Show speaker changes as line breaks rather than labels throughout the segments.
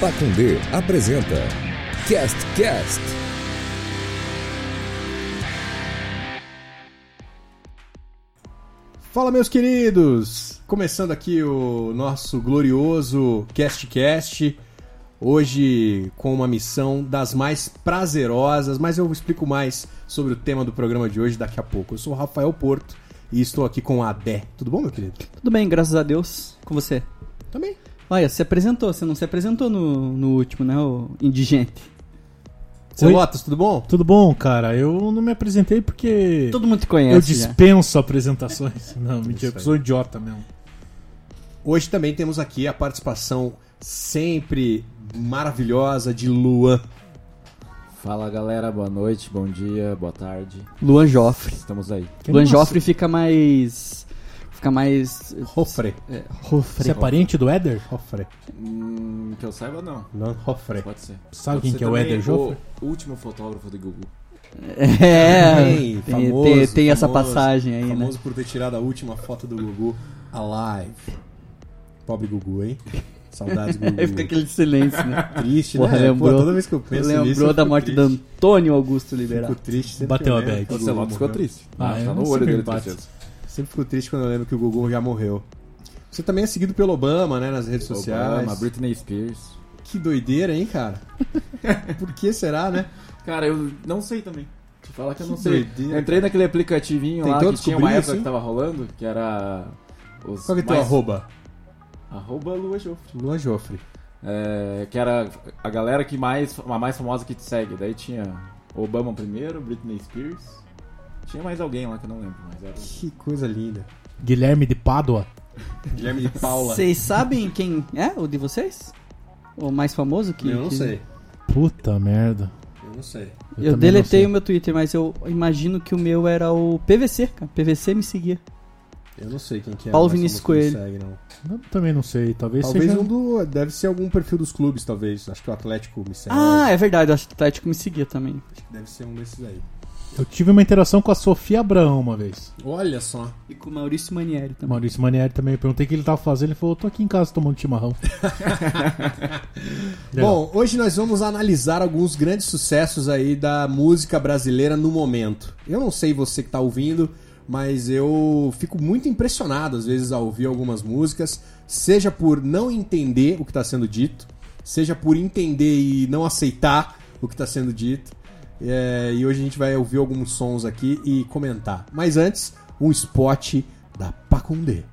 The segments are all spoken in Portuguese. Pacundê apresenta Cast Cast.
Fala, meus queridos! Começando aqui o nosso glorioso Cast Cast. Hoje com uma missão das mais prazerosas, mas eu explico mais sobre o tema do programa de hoje daqui a pouco. Eu sou o Rafael Porto e estou aqui com a Dé. Tudo bom, meu querido?
Tudo bem, graças a Deus. Com você.
Também.
Olha, se apresentou, você não se apresentou no, no último, né, o indigente.
Seu
Oi.
Lotus, tudo bom?
Tudo bom, cara? Eu não me apresentei porque
Todo mundo te
eu
conhece já.
dispenso apresentações. Não, mentira,
assim, né? Isso aí.
eu sou idiota mesmo.
Hoje também temos aqui a participação sempre maravilhosa de Luan.
Fala galera, boa noite, bom dia, boa tarde.
Luan Joffre.
Estamos aí.
Luan
Nossa,
Joffre fica mais... Fica mais...
Rofre.
Você é parente do Éder?
Rofre.
Hum, que eu saiba, não.
Não, Rofre.
Pode ser.
Sabe
Pode
quem
ser
que é o
também
Éder Joffre?
O último fotógrafo do Google.
É,
Tem,
tem,
famoso,
tem- tem essa
famoso,
passagem aí, né?
Famoso por ter tirado a última foto do Gugu alive. Pobre Gugu, hein? Saudades do
Aí fica
Gugu.
aquele silêncio, né?
Triste,
Porra,
né?
lembrou-
Pô, toda vez que eu penso
Lembrou
nisso, eu
da
fico
morte
triste.
do Antônio Augusto Liberado.
Fico triste. sempre
Bateu
eu
a
lembro
bag.
que o
O
Gugu
Celoto ficou
morreu.
triste.
Ah,
tá
eu
no
não
olho
sei
dele,
bem, bate.
certeza.
Sempre fico triste quando eu lembro que o Gugu já morreu. Você também é seguido pelo Obama, né? Nas redes sociais.
Obama, Britney Spears.
Que doideira, hein, cara? Por que será, né?
Cara, eu não sei também. Te falar que eu não
Que
sei.
doideira.
Entrei naquele aplicativinho lá
Tentou
que tinha uma
descobrir,
época
assim?
que tava rolando, que era. Os
Qual que é teu
mais-
arroba?
Arroba Lua Joffre.
Luan Joffre.
É, que era a galera que mais, a mais famosa que te segue. Daí tinha Obama primeiro, Britney Spears. Tinha mais alguém lá que eu não lembro, mas era.
Que coisa linda.
Guilherme de Pádua?
Guilherme de Paula.
Vocês sabem quem é o de vocês? O mais famoso que...
Eu não
que-
sei.
Puta merda.
Eu não sei.
Eu,
também não
deletei
sei.
o meu Twitter, mas eu imagino que o meu era o PVC, cara. PVC me seguia.
Eu não sei quem que é.
Paulo
mas eu
Vinícius
não sei quem
Coelho.
segue, não.
Eu também não sei, talvez,
Talvez
seja...
um do. Deve ser algum perfil dos clubes, talvez. Acho que o Atlético me segue.
Ah, é verdade, o Atlético me seguia também.
Deve ser um desses aí.
Eu tive uma interação com a Sofia Abraão uma vez.
Olha só.
E com o Maurício Manieri
O
também.
Maurício Manieri também. Eu perguntei o que ele tava fazendo, ele falou, tô aqui em casa tomando chimarrão. Legal.
Bom, hoje nós vamos analisar alguns grandes sucessos aí da música brasileira no momento. Eu não sei você que tá ouvindo, mas eu fico muito impressionado às vezes ao ouvir algumas músicas, seja por não entender o que está sendo dito, seja por entender e não aceitar o que está sendo dito. É, e hoje a gente vai ouvir alguns sons aqui e comentar. Mas antes, um spot da Pacundê.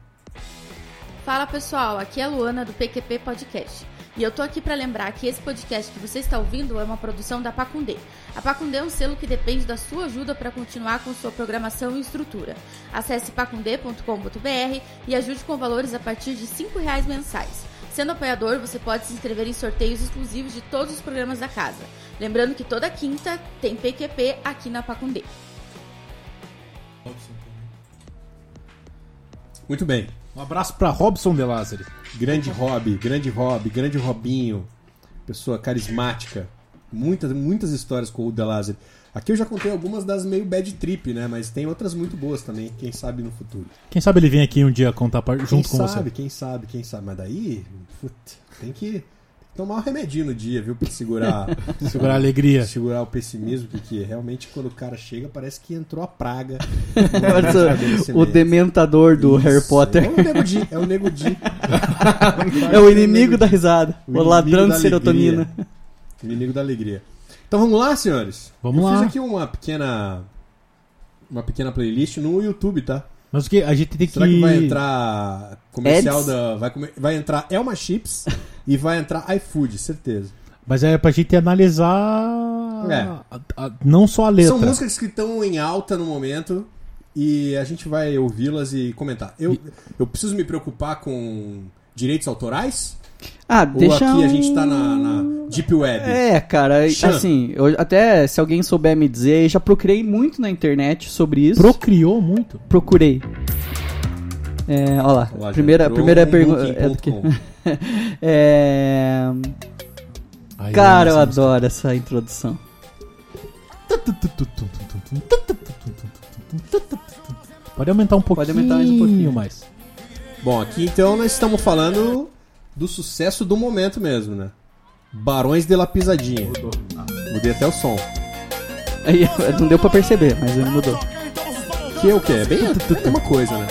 Fala pessoal, aqui é a Luana do PQP Podcast. E eu tô aqui pra lembrar que esse podcast que você está ouvindo é uma produção da Pacundê. A Pacundê é um selo que depende da sua ajuda para continuar com sua programação e estrutura. Acesse pacundê.com.br e ajude com valores a partir de R$ 5,00 mensais. Sendo apoiador, você pode se inscrever em sorteios exclusivos de todos os programas da casa. Lembrando que toda quinta tem PQP aqui na Pacundê.
Muito bem.
Um abraço pra Robson de Lázari.
Grande hobby, grande hobby, grande Robinho. Pessoa carismática. Muitas, muitas histórias com o Delazare. Aqui eu já contei algumas das meio bad trip, né? Mas tem outras muito boas também, quem sabe no futuro.
Quem sabe ele vem aqui um dia contar par- junto
quem
com
sabe,
você.
quem sabe, quem sabe. Mas daí, puta, tem que, tem que tomar um remedinho no dia, viu? Pra segurar,
Segurar a é alegria.
segurar o pessimismo, porque realmente quando o cara chega parece que entrou a praga.
Parece o dementador do
Isso,
Harry
É
Potter.
o Nego Di, é o Nego Di.
É o inimigo da risada.
O
O, ladrão
inimigo
de
da
serotonina.
alegria. Inimigo da alegria. Então vamos lá, senhores?
Vamos
Eu
lá.
fiz aqui uma pequena. Uma pequena playlist no YouTube, tá?
Mas o que? A gente tem
Será que,
que
vai entrar comercial
Ads?
da. Vai, come- vai entrar Elma Chips e vai entrar iFood, certeza.
Mas é pra gente analisar.
É.
a- a- não só a letra.
São músicas que estão em alta no momento e a gente vai ouvi-las e comentar. Eu, eu preciso me preocupar com direitos autorais?
Ah, deixa.
Ou aqui a
um-
gente tá na, na Deep Web?
É, cara,
Chan.
assim, eu, até se alguém souber me dizer, eu já procurei muito na internet sobre isso.
Procriou muito.
Procurei. É, olha lá.
Olha lá, já
primeira
entrou
primeira
um
pergunta.
booking
É, do que-
ponto com.
é.
Aí, assim,
Cara, eu
essa música.
adoro essa introdução.
Pode aumentar um pouquinho.
Pode aumentar mais um pouquinho.
mais.
Bom, aqui então nós estamos falando do sucesso do momento mesmo, né? Barões de la Pisadinha. Mudei até o som.
Aí, não deu pra perceber, mas ele mudou.
Que é o quê? É bem é uma coisa, né?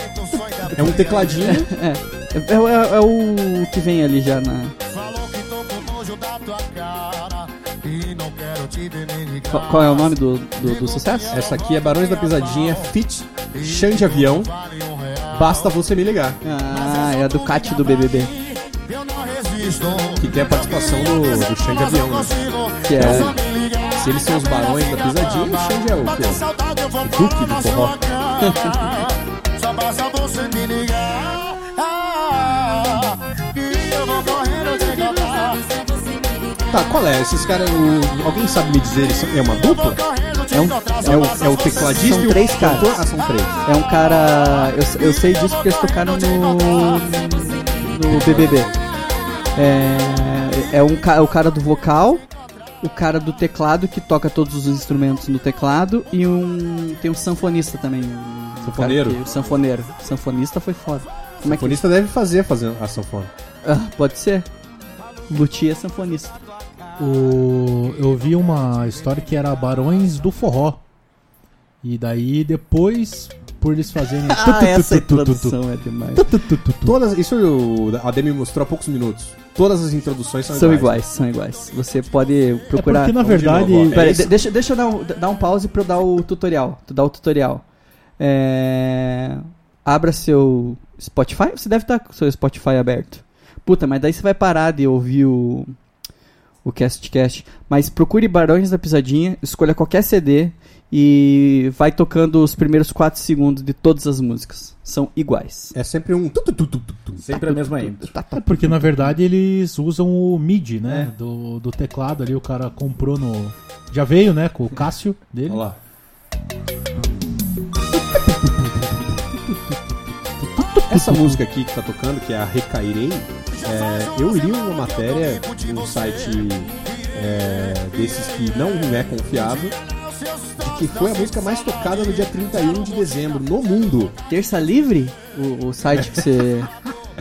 É um tecladinho.
É, é- é- é o que vem ali já na.
Falou que tô com nojo da tua cara e não quero te ver nem ligar.
Qual, qual é o nome do, do, do sucesso?
Essa aqui é Barões da Pisadinha, Fit, Chan de Avião.
Vale um real.
Basta você me ligar.
Ah, é a Ducati do BBB.
Eu não resisto.
Que tem a participação do, do Xande de Avião, né?
Que é o.
Se eles são os barões da pisadinha, o Xande é o quê?
Saudade eu vou
O Duque do forró.
Só basta você me ligar. Ah, e eu vou correndo te encontrar.
Tá, qual é? Esses caras. o- Alguém sabe me dizer isso? É uma dupla?
Correndo te
É, um,
encontrar.
é, o, é o tecladista
São
e o
três caras.
cantor? Ah, são três.
É um cara. Eu, eu sei disso porque eles tocaram no. No BBB. É, é um, ca- o cara do vocal, o cara do teclado que toca todos os instrumentos no teclado e um. Tem um sanfonista também. um cara
Sanfoneiro?
que- sanfoneiro. Sanfonista foi foda. Como é que.
Sanfonista deve fazer fazendo a sanfona.
Ah, pode ser. Lutia é sanfonista.
O... Eu vi uma história que era Barões do Forró. E daí depois, por eles fazerem.
Ah, essa introdução é demais.
Todas, isso eu- a Demi mostrou há poucos minutos. Todas as introduções são,
São
iguais.
iguais, são iguais. Você pode
É
procurar.
porque na
Vamos de
verdade.
novo, ó.
Pera,
É isso?
de- deixa, deixa eu dar um, dar um pause pra eu dar o tutorial. Tu dá o tutorial. É... Abra seu Spotify. Você deve estar com o seu Spotify aberto. Puta, mas daí você vai parar de ouvir o. O CastCast. Mas procure Barões da Pisadinha, escolha qualquer CD e vai tocando os primeiros 4 segundos de todas as músicas. São iguais.
É sempre um. tu, tu, tu, tu, tu, tu.
Sempre a mesma intro.
É porque na verdade eles usam o MIDI,
É.
né? Do, do teclado ali, o cara comprou no. Já veio, né? Com o Cássio dele.
Olha lá. Essa música aqui que tá tocando, que é a Recairei, é, eu li uma matéria num site é, desses que não é confiável, de que foi a música mais tocada no dia 31 de dezembro no mundo.
Terça Livre? O, o site que você.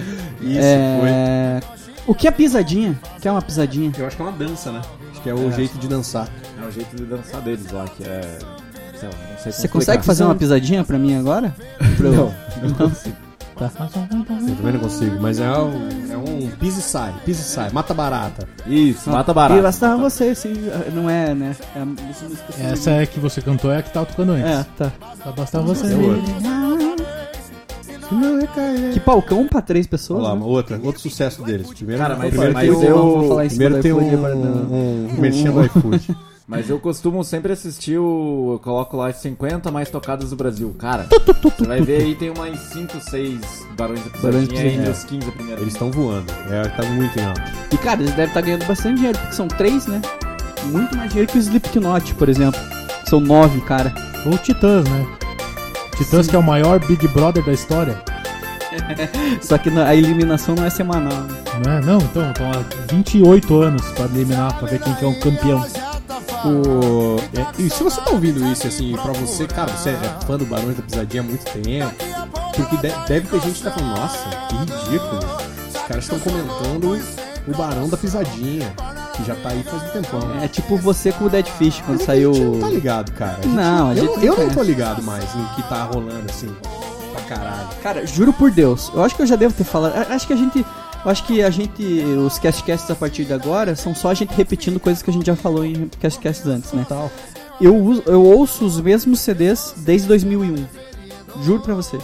Isso
é... O que é pisadinha? O que é uma pisadinha?
Eu acho que é uma dança, né? Acho que é o jeito de dançar.
É o jeito de dançar deles lá, que é. Sei lá, não sei como
Você
explicar.
consegue fazer uma pisadinha pra mim agora? Não.
Eu também não consigo, mas é um, é um pisa e sai, pisa e sai, mata barata.
Isso, mata barato.
E basta você, sim. Não é, né? É a música assim.
Essa é que você cantou, é a que tava tocando antes.
É, tá.
Só basta você.
É
ver.
outra.
Que palcão pra três pessoas.
Olha lá,
né?
uma outra, outro sucesso deles. Primeiro,
Cara, mas-
primeiro
mas
tem
eu
o-
não
vou falar em cima
primeiro
do
tem
iFood,
um,
mas não.
um, merchan do iFood.
Mas eu costumo sempre assistir o. Eu coloco lá as 50 mais tocadas do Brasil. Cara, você vai ver aí tem umas 5, 6
Barões
barões da
da
pisadinha e
Pisadinha.
os 15 primeiros.
Eles estão voando. É, tá muito em alta.
E cara, eles devem estar ganhando bastante dinheiro, porque são três, né? Muito mais dinheiro que o Slipknot, por exemplo. São nove, cara.
Ou Titãs, né? Titãs que é o maior Big Brother da história.
Só que na- a eliminação não é semanal. né?
Né? Não, então, estão há 28 anos pra eliminar, pra ver quem que é o campeão.
O... é, e se você tá ouvindo isso, assim, pra você, cara, você é fã do Barões da Pisadinha há muito tempo, porque de- deve ter gente que tá falando, nossa, que ridículo. Os caras estão comentando o Barão da Pisadinha, que já tá aí faz um tempão.
É tipo você com o Dead Fish quando saiu.
A gente não tá ligado, cara. A gente-
Não, a
eu,
gente não
eu não
conhece.
tô ligado mais no que tá rolando, assim, pra caralho.
Cara, juro por Deus, eu acho que eu já devo ter falado. a- Acho que a gente. eu Acho que a gente. Os castcasts a partir de agora são só a gente repetindo coisas que a gente já falou em castcasts antes, né? Tal. Eu, uso- eu ouço os mesmos CDs desde 2001. Juro pra vocês.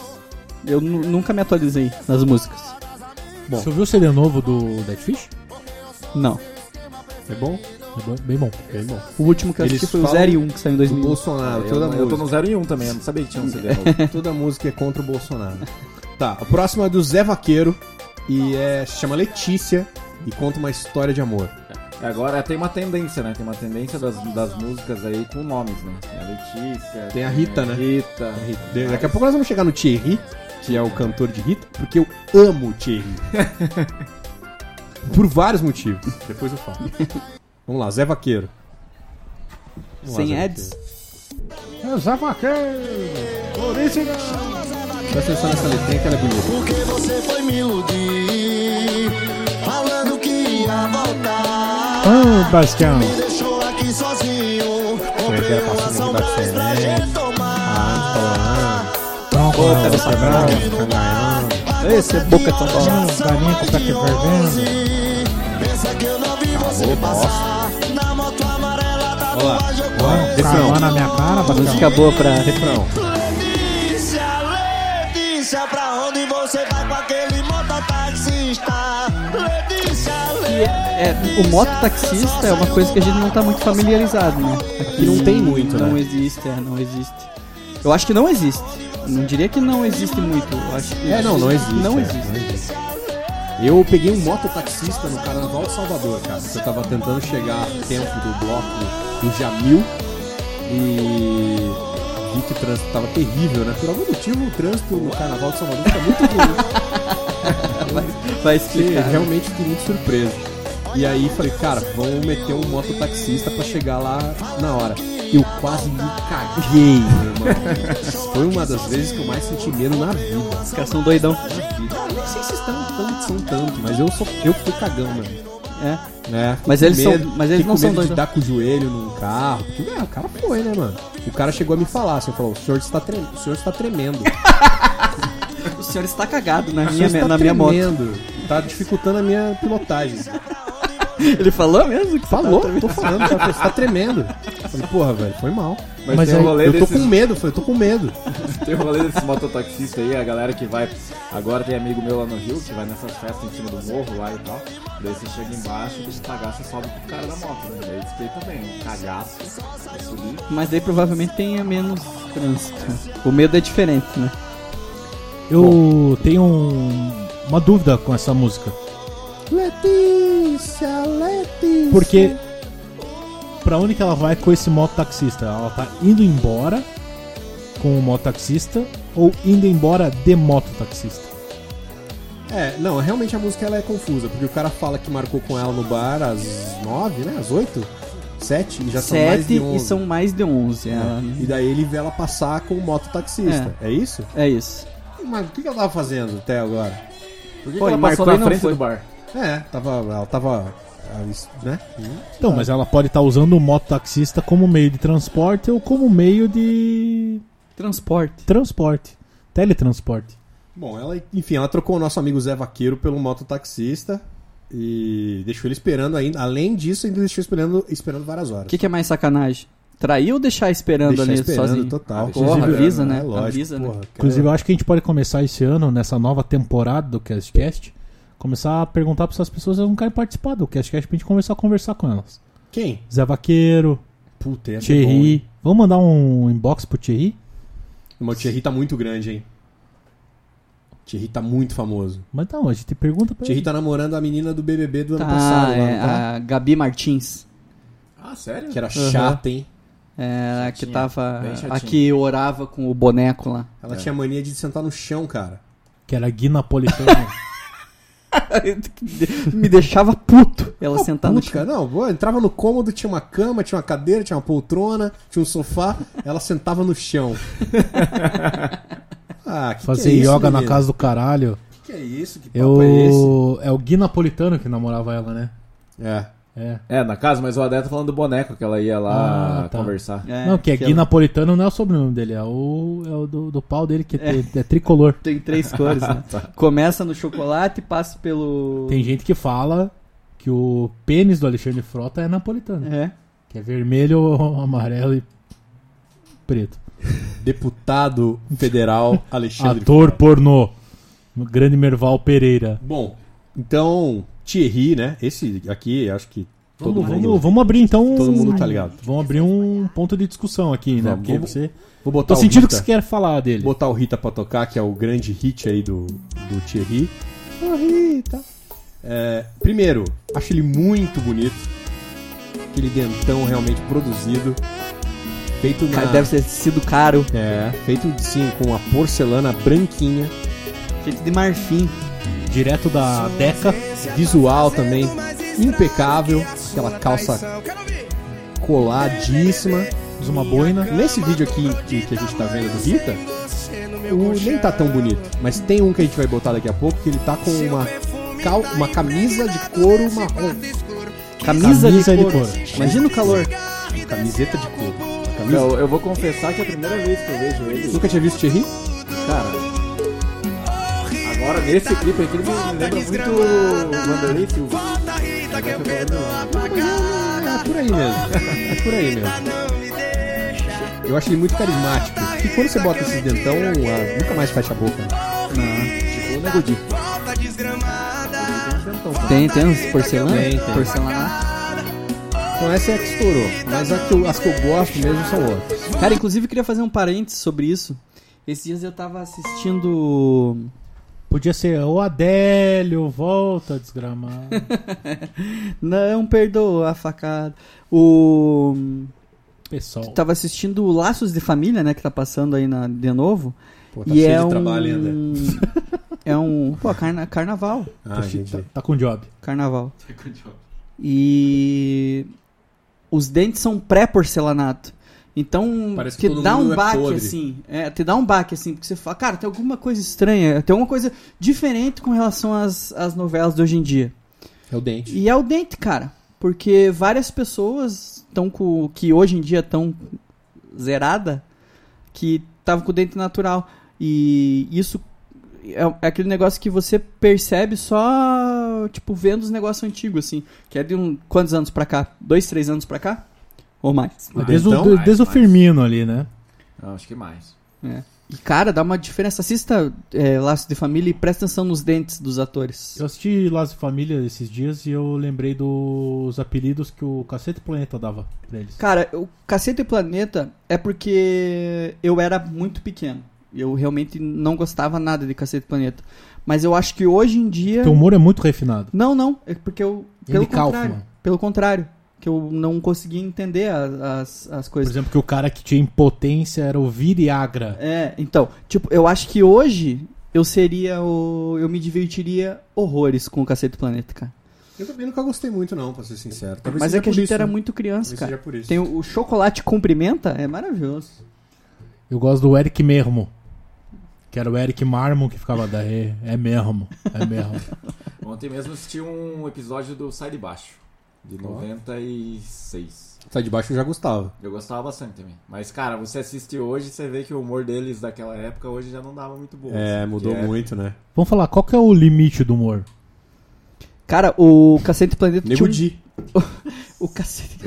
Eu nu- nunca me atualizei nas músicas.
Bom.
Você ouviu o CD novo do Dead Fish?
Não.
É bom?
É bo- Bem bom.
Bem bom.
O último que eu
Eles
assisti foi o
falam
0 e 1 que saiu em
Do
2001.
Ah,
Bolsonaro,
eu,
toda,
eu tô no
música,
0 e 1 também, eu não sabia que tinha um CD novo.
toda música é contra o Bolsonaro. Tá, a próxima é do Zé Vaqueiro e é, se chama Letícia e conta uma história de amor.
Agora tem uma tendência, né? Tem uma tendência das, das músicas aí com nomes, né? Tem a Letícia.
Tem a Rita, né?
Rita.
De- Daqui a pouco nós vamos chegar no Thierry, que é o cantor de Rita, porque eu amo o Thierry. Por vários motivos. Depois eu falo. Vamos lá, Zé Vaqueiro. Vamos lá,
Sem
Zé
ads.
Zé Vaqueiro!
Presta atenção nessa letrinha que ela é bonita.
Porque você foi me iludir, falando que ia voltar.
Ah, Bastião.
Me deixou aqui sozinho. Comprei
era
uma
passando aqui da
ação mais pra
Xerém.
gente tomar.
Tronco,
Esse é boca tão bom.
Ah, galinha com o pé que fervendo.
Pensa que eu não vi você passar. Na moto amarela tá da tatuagem eu
Refrão.
Carvão na minha um cara, Bastião.
Música boa pra.
Refrão.
Letícia, Letícia, pra onde você vai com aquele mototaxista? Letícia,
É, o mototaxista é uma coisa que a gente não tá muito familiarizado, né? Aqui
Não tem muito,
Não
né?
existe, é, não existe. Eu acho que não existe. Não diria que não existe muito. Eu acho que
É, não, não existe.
Não
é,
existe.
não existe. Eu peguei um mototaxista no Carnaval de Salvador, cara. porque Eu tava tentando chegar a tempo do bloco do Jamil e vi que o trânsito tava terrível, né? Por algum motivo o trânsito no Carnaval de Salvador tá muito ruim.
Vai
Porque
explicar.
realmente fiquei muito surpreso. E aí falei, cara, vamos meter um mototaxista pra chegar lá na hora. Eu quase me caguei, meu irmão. Foi uma das vezes que eu mais senti medo na vida.
Os caras são doidão.
Eu Não sei se estão tão, são tanto, mas eu sou eu que fui cagão, mano.
É.
É,
Mas
fico
eles
com
são- mas eles
fico
não
com
são
medo
dois,
de
né?
dar com o joelho num carro. Porque, é, o cara foi, né, mano? O cara chegou a me falar, assim, eu falou, o senhor está tremendo, o senhor está tremendo.
O senhor está cagado na
O senhor
minha,
está
na minha moto. tá
tremendo. Tá dificultando a minha pilotagem. Tá
Ele falou mesmo? Que
Falou,
tava
tô falando, cara, você tá tremendo. Eu Falei, porra, velho, foi mal.
Mas,
Mas
tem,
aí,
um rolê
Eu tô
desses,
com medo, eu falei, tô com medo.
tem um rolê desses mototaxistas aí, a galera que vai. Agora tem amigo meu lá no Rio, que vai nessas festas em cima do morro lá e tal. Daí você chega embaixo, deixa o cagaço e sobe pro cara da moto, né? Daí diz que aí também, um cagaço, vai subir.
tá- Mas daí provavelmente tenha menos trânsito. O medo é diferente, né?
Eu tenho um- uma dúvida com essa música.
Letícia, Letícia.
Porque pra onde que ela vai com esse mototaxista? Ela tá indo embora com o mototaxista ou indo embora de mototaxista?
É, não, realmente a música ela é confusa, porque o cara fala que marcou com ela no bar às nove, né? Às oito? Sete, e já são mais
Sete
de onze.
e são mais de 11. ela,
É, E
né?
daí ele vê ela passar com o mototaxista, é. isso?
É isso.
Mas o que que ela tava fazendo até agora?
Por que,
Pô,
que
e
ela passou
marcou e
na
não
frente
foi.
do bar?
É, tava, ela tava, ah, isso, né?
Então, mas ela pode estar usando o mototaxista como meio de transporte ou como meio de
Transporte.
transporte, teletransporte.
Bom, ela, enfim, ela trocou o nosso amigo Zé Vaqueiro pelo mototaxista e deixou ele esperando ainda. Além disso, ainda deixou esperando, esperando várias
O
horas.
que, que é mais sacanagem? Trair ou deixar esperando
Deixar
ali
esperando
sozinho?
total.
Porra,
Inclusive,
avisa,
é
né?
lógico,
Avisa, né?
porra, cara.
Inclusive, eu acho que a gente pode começar esse ano, nessa nova temporada do CastCast, começar a perguntar para essas pessoas se elas não querem participar do CastCast pra gente começar a conversar com elas.
Quem?
Zé Vaqueiro,
Puta,
É
ia ser bom, hein?
Thierry. Vamos mandar um inbox pro Thierry?
Mas o Thierry tá muito grande, hein? Thierry tá muito famoso.
Mas não, a gente pergunta pra
Thierry
ele.
tá namorando a menina do BBB do ano
Tá,
passado, lá,
é,
não tá?
a Gabi Martins.
Ah, sério?
que era chata, hein?
É, a que
Chatinha,
tava.
bem chatinha.
A que orava com o boneco lá.
Ela tinha mania de sentar no chão, cara.
tá- Que era Gui Napolitano.
Me deixava puto ela
Tá
sentar no
Puta,
chão.
cara, não, pô, entrava no cômodo, tinha uma cama, tinha uma cadeira, tinha uma poltrona, tinha um sofá, ela sentava no chão. ah, que
Fazer
que é isso,
yoga na
menino?
casa do caralho.
Que é isso? Que papo é esse?
Eu... É o Gui Napolitano que namorava ela, né?
É.
É.
É, na casa, mas o Adé tá falando do boneco que ela ia lá
Ah, tá.
conversar.
É,
não, que é Gui
ela
Napolitano não é o sobrenome dele, é o, é o do, do pau dele que é, é tricolor.
Tem três cores, né?
Tá.
Começa no chocolate, passa pelo.
Tem gente que fala que o pênis do Alexandre Frota é napolitano.
É.
Que é vermelho, amarelo e preto.
Deputado federal Alexandre.
Ator pornô. O grande Merval Pereira.
Bom, então, Thierry, né? Esse aqui, acho que todo
Vamos,
mundo.
vamos, vamos abrir então um...
Todo mundo tá ligado.
Vamos abrir um ponto de discussão aqui, né?
Vamos, Tá
Porque
vamos.
você...
Vou botar
Tô
o
sentindo que
Rita-
você quer falar dele.
botar o Rita pra tocar, que é o grande hit aí do, do Thierry. Ô
tá.
Rita! É, primeiro, acho ele muito bonito. Aquele dentão realmente produzido. Feito na.
Cara, deve ter sido caro.
É, feito sim com uma porcelana branquinha.
Feito de marfim.
Direto da Deca.
Visual também impecável. Aquela calça coladíssima.
Usa uma boina.
Nesse vídeo aqui que, que a gente tá vendo do Rita, o nem tá tão bonito, mas tem um que a gente vai botar daqui a pouco que ele tá com uma, cal- uma camisa de couro marrom.
Camisa,
Camisa
de,
de
couro.
couro.
Imagina o calor.
Camiseta de couro. Camisa.
Então, Eu, eu vou confessar que é a primeira vez que eu vejo ele,
Nunca tinha visto Thierry?
cara. Agora, nesse clipe aqui, ele me me lembra muito o Wanderlei Silva.
É por aí mesmo. É por aí mesmo. Eu acho ele muito carismático. E quando você bota esses dentão, ah, nunca mais fecha a boca.
Tipo o Nego Di.
Tem, tem uns porcelana?
Tem, tem.
Porcelana.
Então essa é a que estourou. Mas a que eu- as que eu gosto mesmo são outras.
Cara, inclusive eu queria fazer um parênteses sobre isso. Esses dias eu tava assistindo.
Podia ser o Adélio, volta desgramado.
Não perdoa a facada. O.
Pessoal.
Tá.
Tava assistindo o Laços de Família, né? Que tá passando aí na, de novo.
Pô, tá
e
cheio
é
de
um...
trabalho ainda.
É um. Pô, carna... carnaval.
Ah,
tá,
gente.
tá com job.
Carnaval. E. Os dentes são pré-porcelanato. Então,
Parece que
te
todo
dá
mundo
um
é
baque,
podre.
assim. É, te dá um baque, assim, porque você fala, cara, tem alguma coisa estranha, tem alguma coisa diferente com relação às, às novelas de hoje em dia.
É o dente.
E é o dente, cara. Porque várias pessoas estão com. que hoje em dia estão zerada, que estavam com o dente natural. E isso é, é aquele negócio que você percebe só, tipo, vendo os negócios antigos, assim. Que é de um. Quantos anos pra cá? Dois, três anos pra cá? Ou mais?
desde
então,
o,
vai,
desde o
vai.
Firmino ali, né?
Não, acho que mais.
É. E, cara, dá uma diferença. Assista é, Laço de Família e presta atenção nos dentes dos atores.
Eu assisti Las Família esses dias e eu lembrei dos apelidos que o Cacete Planeta dava pra eles.
Cara, o Cacete e Planeta é porque eu era muito pequeno. Eu realmente não gostava nada de Cacete e Planeta. Mas eu acho que hoje em dia.
Teu humor é muito refinado.
Não, não. É porque eu. Pelo
Andy Kaufman.
contrário. Pelo contrário. Que eu não conseguia entender a- as, as
Por
coisas.
exemplo, que o cara que tinha impotência era o Viriagra.
É, então. Tipo, eu acho que hoje eu seria o. Eu me divertiria horrores com o Cacete e Planeta, cara.
Eu também nunca gostei muito, não, pra ser sincero. Talvez
Mas
seja
é que a
por
gente
isso,
era
né?
muito criança,
Talvez
cara.
seja por isso.
Tem um- o, o chocolate cumprimenta, é maravilhoso.
Eu gosto do Eric Mermo. Que era o Eric Marmon que ficava daí. É mesmo, é mesmo.
Ontem mesmo assisti um episódio do Sai de Baixo, de 96.
Sai de baixo eu já gostava.
Eu gostava bastante também. Mas, cara, você assiste hoje, você vê que o humor deles daquela época hoje já não dava muito bom.
É,
assim,
mudou
que é-
muito, né?
Vamos falar, qual que é o limite do humor?
Cara, o Cacete e Planeta
Nego
um-
Di.
O cacete.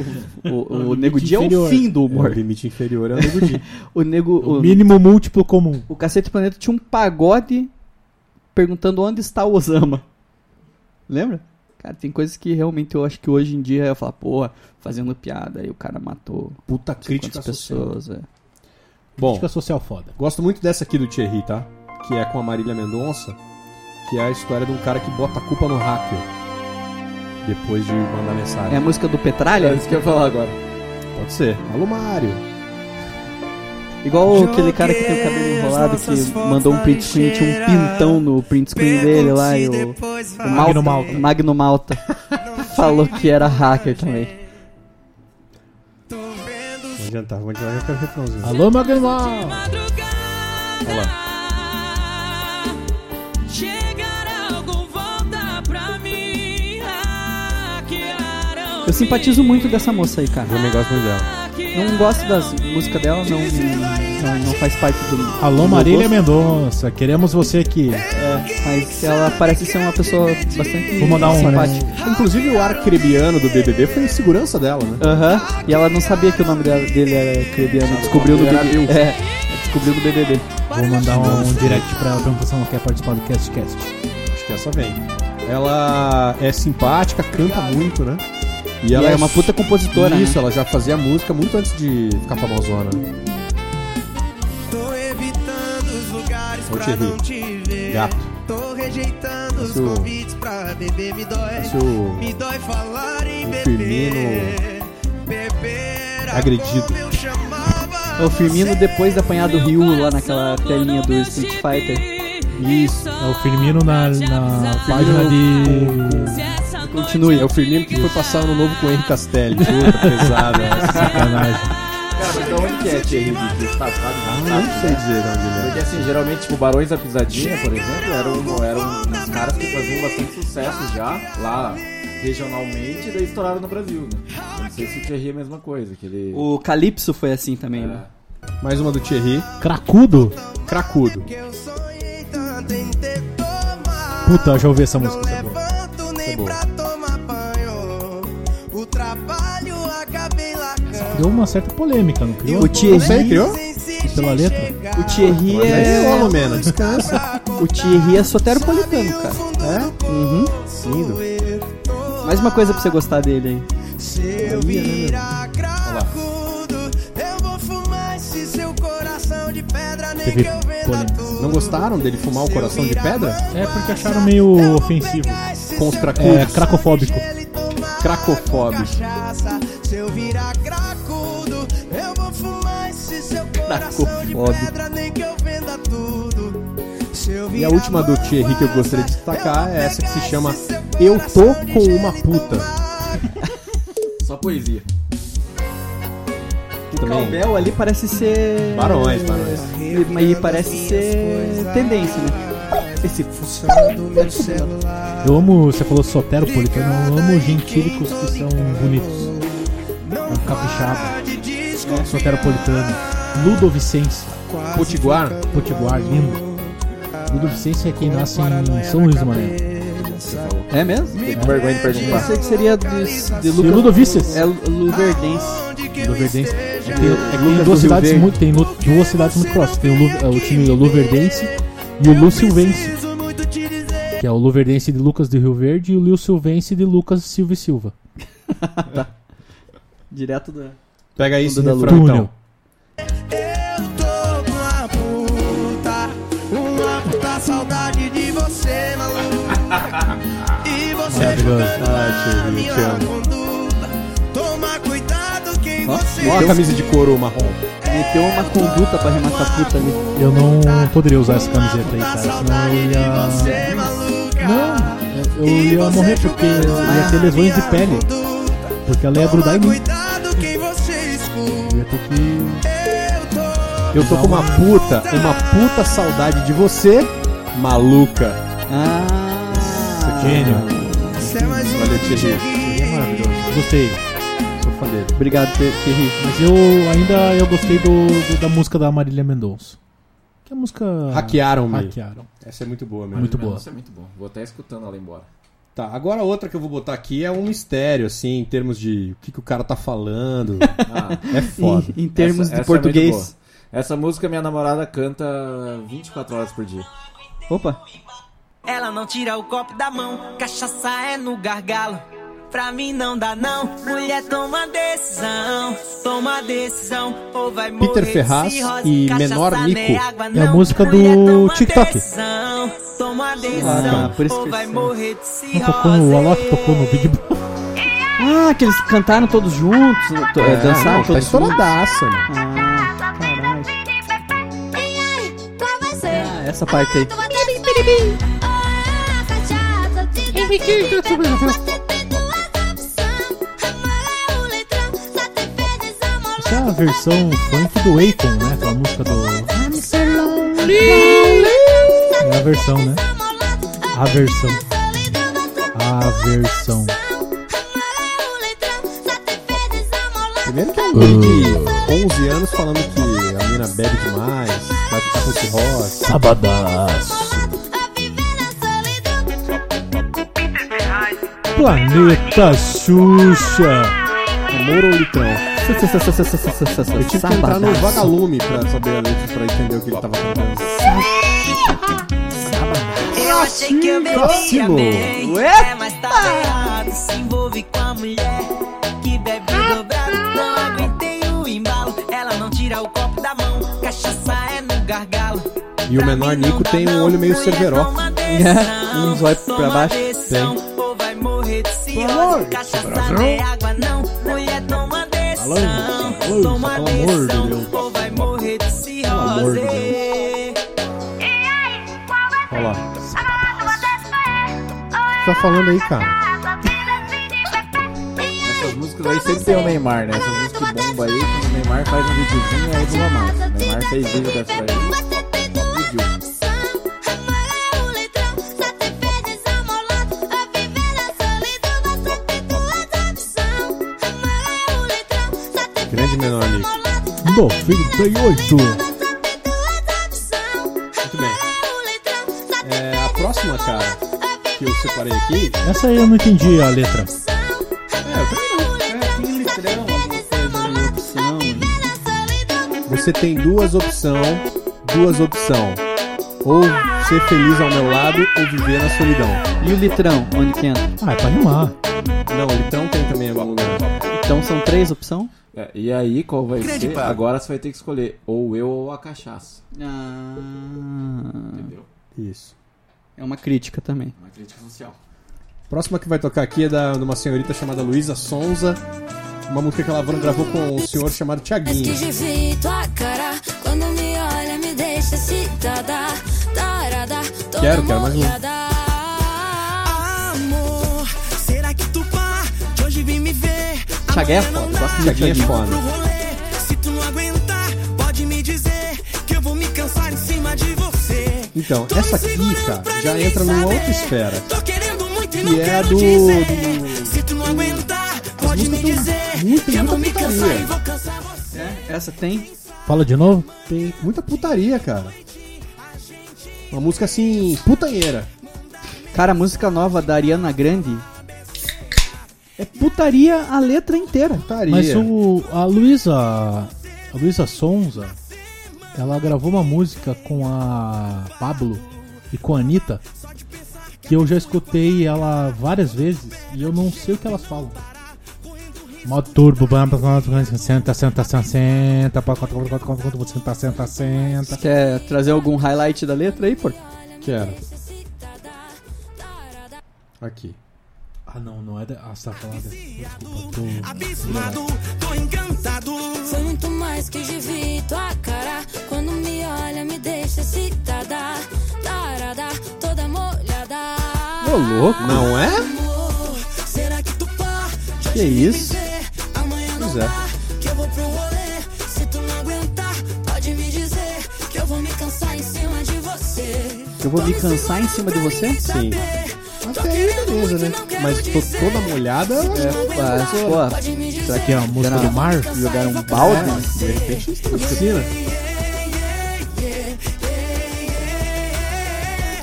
O, o, o Nego Di é o fim do
O
humor.
limite inferior é o Nego Di.
O Nego.
O
O,
mínimo múltiplo comum.
o Cacete Planeta tinha um pagode perguntando onde está o Osama. Lembra? Cara, tem coisas que realmente eu acho que hoje em dia eu falo, porra, fazendo piada, aí o cara matou
Puta
críticas
crítica social.
pessoas. é.
Bom,
Crítica social foda.
gosto muito dessa aqui do Thierry, tá? Que é com a Marília Mendonça, que é a história de um cara que bota a culpa no hacker. Depois de mandar
É a
mensagem.
música do Petralha?
É isso que eu ia falar agora.
Pode ser. Alô, Mário.
Igual aquele cara que tem o cabelo enrolado que mandou um print screen, tinha um pintão no print screen dele lá e o, o Malta,
Magno Malta.
o Magno Malta falou que era hacker também.
Vou adiantar, vou adiantar, já quero refrãozinho.
Alô, Magnum!
Olha lá.
Chegar algo, volta pra mim. Hackearam
Eu simpatizo muito dessa moça aí, cara.
Eu também gosto muito dela.
Não gosto das músicas dela, não, não, não faz parte do. do
Alô,
meu
Marília
gosto, É,
Mendonça, queremos você aqui.
Mas ela parece ser uma pessoa bastante
Vou mandar um-
simpática.
Ah. Inclusive o ar crebiano do BBB foi em segurança dela, né?
Aham. E ela não sabia que o nome dela- dele era Crebiano. Descobriu no BBB. É, descobriu no BBB.
Vou mandar um, direct pra ela perguntar se ela quer participar do CastCast.
Acho que essa vem. Ela é simpática, canta muito, né?
E ela é uma puta compositora.
Isso,
né?
ela já fazia música muito antes de ficar famosona.
Tô evitando os lugares
Ô,
pra
Thierry.
não te ver.
Gato.
Tô rejeitando os
Esse o-
convites pra beber, me dói.
Esse o-
Me dói falar em
o
beber.
Firmino
Beber era
agredido.
como eu chamava
É o Firmino depois de apanhar do Rio lá naquela telinha do Street Fighter.
Isso.
É o Firmino na, na página de.
Continue. É o Firmino que foi passar ano novo com o Henrique Castelli. Puta né? pesada. essa.
Sacanagem.
Cara, mas da onde que é Thierry de Estado, sabe?
Ah, Não sei dizer de onde ele
Porque assim, geralmente, tipo, Barões da Pisadinha, por exemplo, eram, eram uns caras que faziam bastante sucesso já lá regionalmente e daí estouraram no Brasil, né? Eu Não sei se o Thierry é a mesma coisa, que ele...
O Calypso foi assim também, né?
é. Mais uma do Thierry.
Cracudo?
Cracudo.
Que eu sonhei tanto em te tomar.
Puta, eu já ouvi essa
Não
música. tá boa.
levanto nem pra tomar banho. O trabalho acabei largando.
Criou uma certa polêmica, não criou?
O Thierry-
Você criou?
Insiste
Pela
em
letra?
chegar.
O Thierry
Mas é
é.
solo, menos. Descansa.
O Thierry é soteropolitano, cara.
É?
Uhum.
Lindo.
Mais uma coisa pra né, você gostar dele aí.
Se eu virar cracudo, eu vou fumar esse seu coração de pedra, nem
Teve
que eu venda
polêmica.
tudo.
Não gostaram dele fumar o coração de pedra?
É porque acharam meio ofensivo.
Com os cracudos.
É, cracofóbico.
Cracofóbico.
Cachaça, se eu virar cracudo, eu vou fumar esse seu coração de
Cracofóbico.
pedra, nem que eu venda tudo. Se eu
E a
virar
última do Thierry que eu gostaria de destacar é essa que se chama Eu Tô Com Uma Puta.
Só poesia.
O Calbel ali parece ser.
Barões, barões.
E, mas ele parece ser tendência, né? Esse
É
do meu celular.
Eu amo, você falou soteropolitano, eu amo gentílicos que são bonitos. um
Não
capixaba.
para de
É,
desconfiar.
soteropolitano. Ludovicense,
Potiguar.
Potiguar, lindo. Ludovicense é quem nasce em São Luís do Maranhão.
É mesmo?
Fiquei com vergonha de
Eu
perguntar.
pensei que seria de, de
E
Luca-
Ludovices.
É Lu- Luverdense.
Luverdense. É, que tem duas cidades muito, tem lu- duas cidades muito próximas. Tem o, Lu- é, o time Luverdense e o Lu Silvense. Que é o Luverdense de Lucas de Rio Verde e o Lu Silvense de Lucas Silva e Silva.
Direto da.
Pega
É
aí esse
Tudo da
refrão,
Túnel.
então.
Eu tô com uma puta, uma puta saudade de você, maluco. E você
então.
Ah, Thierry,
minha
É, te amo.
conduta. Toma cuidado quem você
Ó a camisa de couro marrom.
Meteu uma conduta pra arrematar a puta ali.
Eu não poderia usar essa camiseta aí,
Uma
cara.
puta
Senão
saudade
eu
de
ia.
você, maluca.
Não, eu
E
ia
você
morrer porque eu ia ter lesões de
minha
pele.
conduta.
Porque ela ia grudar em
Toma
mim.
cuidado quem você escuta.
Eu ia ter que.
Eu tô
Eu tô com uma puta, uma puta saudade de você, maluca.
Ah.
Gênio.
Você é mais um
Valeu, Thierry.
É maravilhoso. Gostei.
Sou fã dele.
Obrigado, Te- Terri.
Mas eu ainda eu gostei do, do- da música da Marília Mendonça. Que é a música.
Hackearam-me.
Hackearam.
Essa é muito boa mesmo.
Muito boa.
Nossa, é muito bom. Vou até escutando ela embora.
Tá, agora outra que eu vou botar aqui é um mistério, assim, em termos de o que, que o cara tá falando.
Ah,
É foda.
Em, em termos
essa-
de
essa é muito
português.
boa. essa música minha namorada canta 24 horas por dia.
Opa.
Ela não tira o copo da mão, cachaça é no gargalo. Pra mim não dá não, mulher toma decisão, toma decisão, ou vai morrer
Peter
de
Ferraz
cirrose,
e
cachaça
Menor
não
Nico.
água,
É a
não.
música do
Mulher toma
TikTok.
Decisão, toma
cara,
decisão,
por isso
ou
que
vai
eu sei.
morrer de
Não tocou no-
cirrose.
o Alok tocou no Big Brother.
Ah, que eles cantaram todos juntos. né? to-
É,
dançaram
não, tá
todos juntos.
estouradaça, mano.
Ah, caralho. Ah, essa parte aí.
Essa é a versão funk do Akon, né? Aquela música do. É a versão, né? A versão. A versão.
Primeiro que é um guri de 11 anos falando que a mina bebe demais, vai ficar com esse rock.
Sabadaço. Planeta Xuxa.
Amor ou litrão? Eu tive que entrar no
Sabadaço.
vagalume pra saber a letra, pra entender o que ele tava cantando.
Eu achei que eu bebia
Próximo.
bem, é, mas tá errado, se envolve com a mulher que bebe dobrado, não aguentei o embalo, ela não tira o copo da mão, cachaça é no gargalo.
E o menor Nico tem um olho meio cerveró.
É, um zóio pra baixo.
Tem. Amor. Cachaça é água, não. Mulher toma decisão.
Falando,
toma
falando, pelo amor de
decisão,
Deus.
Ou vai morrer de
amor de
cirrose.
Olha lá. O que tá falando aí, cara?
Essas músicas aí sempre tem o Neymar, né? Essas músicas que bomba aí, quando o Neymar faz um videozinho, aí bomba mais. O Neymar fez vídeo dessa aí. Vídeo.
é um é
Só te fez desamolado A viver na solidão Você
Grande menor ali.
98.
Muito bem. É, a próxima, cara, que eu separei aqui.
Essa aí eu não entendi a letra.
é, um né, Você tem duas opções, duas opções. Ou ser feliz ao meu lado ou viver na solidão.
E o litrão, onde que entra?
Ah, é pra rimar.
Não, o litrão tem também algum lugar.
Então são três opções?
É, e aí, qual vai
Grande
ser?
papo.
Agora você vai ter que escolher ou eu ou a cachaça.
Ah,
Entendeu?
Isso.
é uma crítica também.
Uma crítica social.
Próxima que vai tocar aqui é da, de uma senhorita chamada Luísa Sonza. Uma música que ela gravou com um senhor chamado
É
Tiaguinho.
vi tua cara Quando me olha me deixa citada Tarada, toda
Quero, quero mais um.
molhada.
Amor, será que tu pá? Que hoje vim me ver.
Chagué é foda, gosto de
Tiaguinho é
Tiaguinho.
foda.
pro rolê. Se tu não aguentar, pode me dizer que eu vou me cansar em cima de você.
Então,
Tô me
essa aqui,
segurando
cara,
pra
já
ninguém
entra numa
saber.
outra esfera.
Tô querendo muito e
Que
não
é
quero
do-
dizer.
do-
Se tu não aguentar, pode me
músicas do-
dizer
muito,
que eu
muita
vou me cansar
putaria.
e vou cansar você.
É? Essa tem?
Fala de novo?
Tem muita putaria, cara. Uma música assim, putanheira.
Cara, a música nova da Ariana Grande é putaria a letra inteira.
Putaria.
Mas o, a Luísa. A Luísa Sonza, ela gravou uma música com a Pablo e com a Anitta. Que eu já escutei ela várias vezes e eu não sei o que elas falam. Mó turbo, bam, bam, bam, bam, senta, senta, senta, senta, pra quatro, quatro, quatro, quatro, quatro, senta, senta, senta.
Você quer trazer algum highlight da letra aí, pô?
Quero. Aqui.
Ah não, não é da. Ah, você tá falando dessa. Desculpa, tô.
Abismado, tô encantado.
Foi muito mais que divido tua cara Quando me olha me deixa citada Tarada, toda molhada
Ô, louco. Não é?
Será que tu pá?
Que isso?
Amanhã não
Pois é.
dá, que eu vou pro rolê. Se tu não aguentar, pode me dizer que eu vou me cansar em cima de você.
Eu vou me cansar em cima de você?
Sim. Até aí, beleza, né? Mas tô toda molhada. É,
Mas, pô,
Será que é a música do mar?
jogaram um balde?
de repente isso tá na piscina.